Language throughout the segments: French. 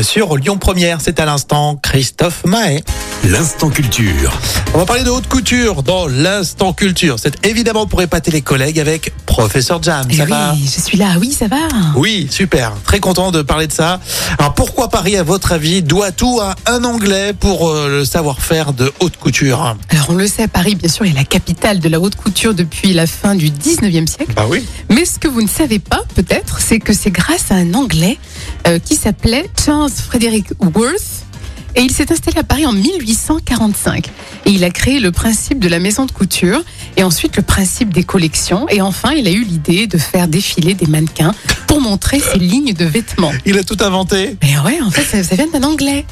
Sur Lyon Première, c'est à l'instant Christophe Mahé. L'instant culture. On va parler de haute couture dans l'instant culture. C'est évidemment pour épater les collègues avec Professeur Jam. Eh Ça oui, va je suis là, oui, ça va. Oui, super. Très content de parler de ça. Alors pourquoi Paris, à votre avis, doit tout à un Anglais pour euh, le savoir-faire de haute couture Alors on le sait, Paris, bien sûr, est la capitale de la haute couture depuis la fin du 19e siècle. Bah oui. Mais ce que vous ne savez pas, peut-être, c'est que c'est grâce à un Anglais euh, qui s'appelait Charles Frederick Worth. Et il s'est installé à Paris en 1845. Et il a créé le principe de la maison de couture, et ensuite le principe des collections. Et enfin, il a eu l'idée de faire défiler des mannequins pour montrer ses lignes de vêtements. Il a tout inventé. Mais ouais, en fait, ça, ça vient d'un Anglais.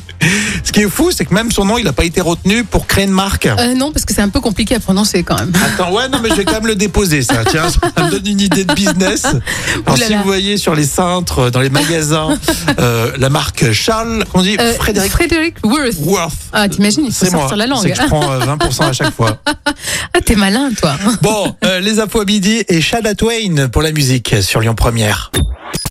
Ce qui est fou, c'est que même son nom, il n'a pas été retenu pour créer une marque. Euh, non, parce que c'est un peu compliqué à prononcer quand même. Attends, ouais, non, mais je vais quand même le déposer, ça. Tiens, ça me donne une idée de business. Alors, Ouh là si là. vous voyez sur les cintres, dans les magasins, euh, la marque Charles, qu'on dit Euh, Frédéric Worth. Worth. Ah, t'imagines, il faut C'est moi. sortir la C'est langue. que je prends euh, 20% à chaque fois. Ah, t'es malin, toi. Bon, euh, les infos à midi et Shada Twain pour la musique sur Lyon Première.